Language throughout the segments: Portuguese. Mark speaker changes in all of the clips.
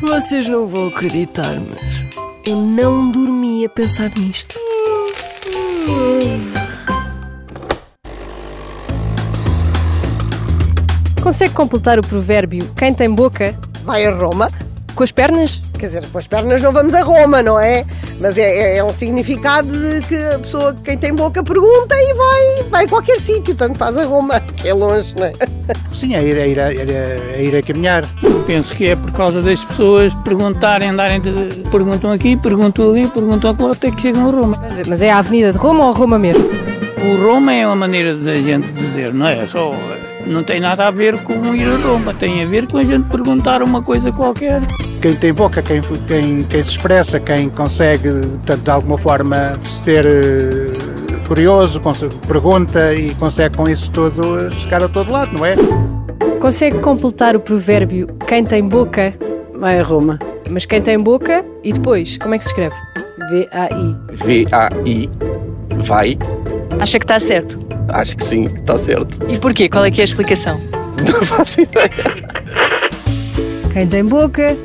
Speaker 1: Vocês não vão acreditar, mas eu não dormi a pensar nisto.
Speaker 2: Consegue completar o provérbio quem tem boca
Speaker 3: Vai a Roma,
Speaker 2: com as pernas?
Speaker 3: quer dizer, com as pernas não vamos a Roma, não é? Mas é, é- é um significado de que a pessoa, quem tem boca, pergunta e vai, vai a qualquer sítio, tanto faz a Roma, que é longe, não é?
Speaker 4: Sim, é ir, é ir, a- é ir a- é ir a caminhar.
Speaker 5: Penso que é por causa das pessoas perguntarem, andarem de, perguntam aqui, perguntam ali, perguntam lá, até que chegam a Roma.
Speaker 2: Mas, mas é a Avenida de Roma ou Roma mesmo?
Speaker 5: O Roma é uma maneira da gente dizer, não é? Só não tem nada a ver com ir a Roma, tem a ver com a gente perguntar uma coisa qualquer.
Speaker 4: Quem tem boca, quem, quem, quem se expressa, quem consegue, portanto, de alguma forma, ser eh, curioso, conse- pergunta e consegue com isso tudo eh, chegar a todo lado, não é?
Speaker 2: Consegue completar o provérbio quem tem boca,
Speaker 6: Vai a Roma.
Speaker 2: mas quem tem boca e depois, como é que se escreve?
Speaker 6: V-A-I.
Speaker 7: V-A-I. Vai.
Speaker 1: Acha que está certo?
Speaker 7: Acho que sim, está certo.
Speaker 1: E porquê? Qual é que é a explicação?
Speaker 7: Não faço ideia.
Speaker 2: Quem tem boca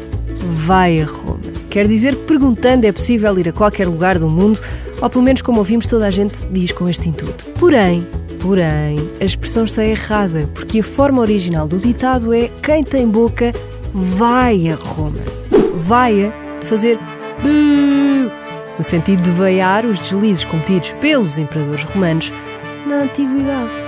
Speaker 2: vai a Roma. Quer dizer que perguntando é possível ir a qualquer lugar do mundo, ou pelo menos como ouvimos toda a gente diz com este intuito. Porém, porém, a expressão está errada, porque a forma original do ditado é quem tem boca vai a Roma. Vai a de fazer bu, no sentido de veiar os deslizes cometidos pelos imperadores romanos na antiguidade.